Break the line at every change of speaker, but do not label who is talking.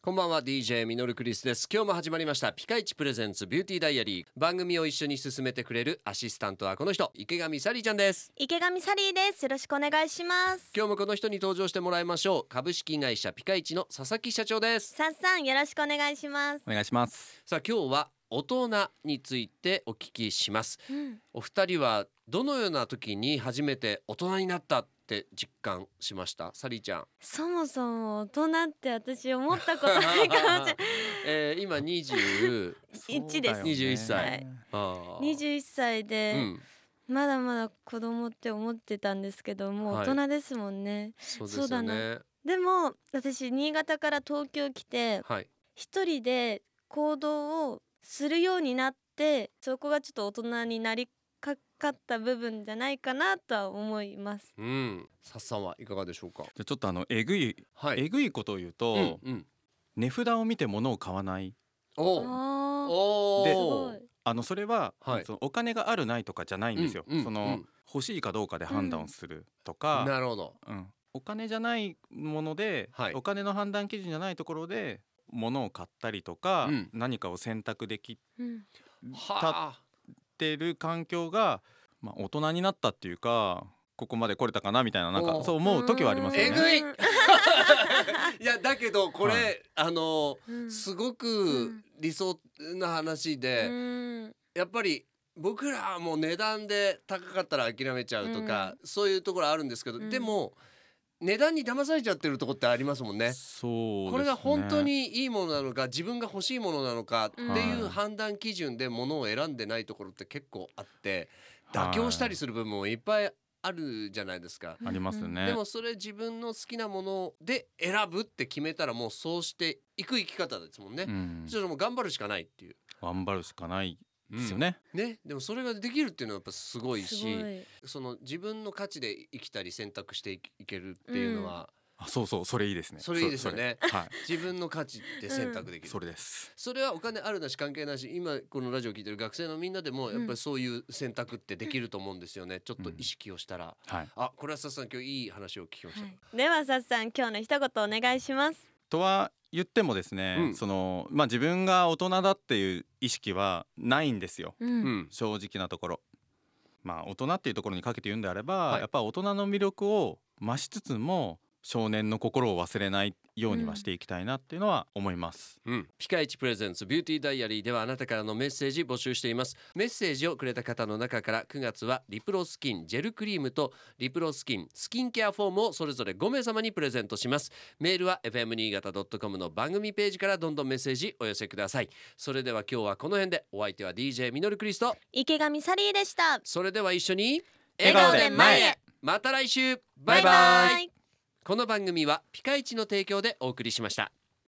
こんばんは DJ ミノルクリスです今日も始まりましたピカイチプレゼンツビューティーダイアリー番組を一緒に進めてくれるアシスタントはこの人池上サリーちゃんです
池上サリーですよろしくお願いします
今日もこの人に登場してもらいましょう株式会社ピカイチの佐々木社長です
さっさんよろしくお願いします
お願いします
さあ今日は大人についてお聞きします
うん、
お二人はどのような時に初めて大人になったって実感しましたサリーち ゃん、
そもそも大人って私思ったことないかもしれ
えー、今20
一です
21
は
歳
い
あー
21歳
う
で、
ん、
まだまだ子供って思ってたんですけどもう
はい
大人ですもんね、
そうで
そ
す
うだ
よ
な
ね
でも私新潟から東京来て
はい
一人で行動をするようになってそこがちょっと大人になりかかった部分じゃないかなとは思います
うん、さっさんはいかがでしょうか。
じゃあちょっとあのえぐい、
はい。
えぐいことを言うと、
うん、うん。
値札を見て物を買わない
おう
あー
です
お
ご
う。
い
あのそれは、
はい
そのお金があるないとかじゃないんですよ、
うんうん
そうの
ん
欲しいかどうかで判断をするとか、
なるほど。
うんお金じゃないもので、
はい
お金の判断基準じゃないところで物を買ったりとか、
うん
何かを選択でき
うん
たっ
はあ。
てる環境が、まあ、大人になったっていうかここまで来れたかなみたいななん
お
か
う
そう思う時はありますよ
えぐ
ね。
いいやだけどこれ、
は
あの
うん
すご
う
く
ん
理想な話で、
うん
やっぱり僕らはもう値段で高かったら諦めちゃうとか、そういうところあるんですけど、
うん
でも値段に騙されちゃってるとこってありますもんね。
そうですね
これが本当にいいものなのか自分が欲しいものなのかっていう
はい
判断基準でものを選んでないところって結構あって
はい
妥協したりする部分もいっぱいあるじゃないですか。
ありますね。
でもそれ自分の好きなもので選ぶって決めたらもうそうしていく生き方ですもんね。
うん
それもう頑張るしかないっていう。
頑張るしかないですよね。
ね、でもそれができるっていうのはやっぱすごいし
すごい
その自分の価値で生きたり選択していけるっていうのは、
あ、そうそう、それいいですね。
それいいですよね
それ は
自分の価値で選択でき
い、
る
それです。
それはお金あるなし関係なし今このラジオ聞いてる学生のみんなでもやっぱりそういう選択ってできると思うんですよね、ちょっと意識をしたら、
はい。
あこれはさっさん今日いい話を聞きました、
はい、ではさっさん今日の一言お願いします
とは言ってもですね、
うん
そのまあ自分が大人だっていう意識はないんですよ。
う
うんん
正直なところ。まあ大人っていうところにかけて言うんであれば、
はい
やっぱ大人の魅力を増しつつも少年の心を忘れないようにはしていきたいなっていうのは思います。
うん、ピカイチプレゼンツビューティーダイアリーではあなたからのメッセージ募集していますメッセージをくれた方の中から9月はリプロスキンジェルクリームとリプロスキンスキンケアフォームをそれぞれ5名様にプレゼントしますメールは fm 新潟 .com の番組ページからどんどんメッセージお寄せくださいそれでは今日はこの辺でお相手は DJ ミノルクリスト
池上サリーでした
それでは一緒に
笑顔で前へ
また来週
バイバイ
この番組はピカイチの提供でお送りしました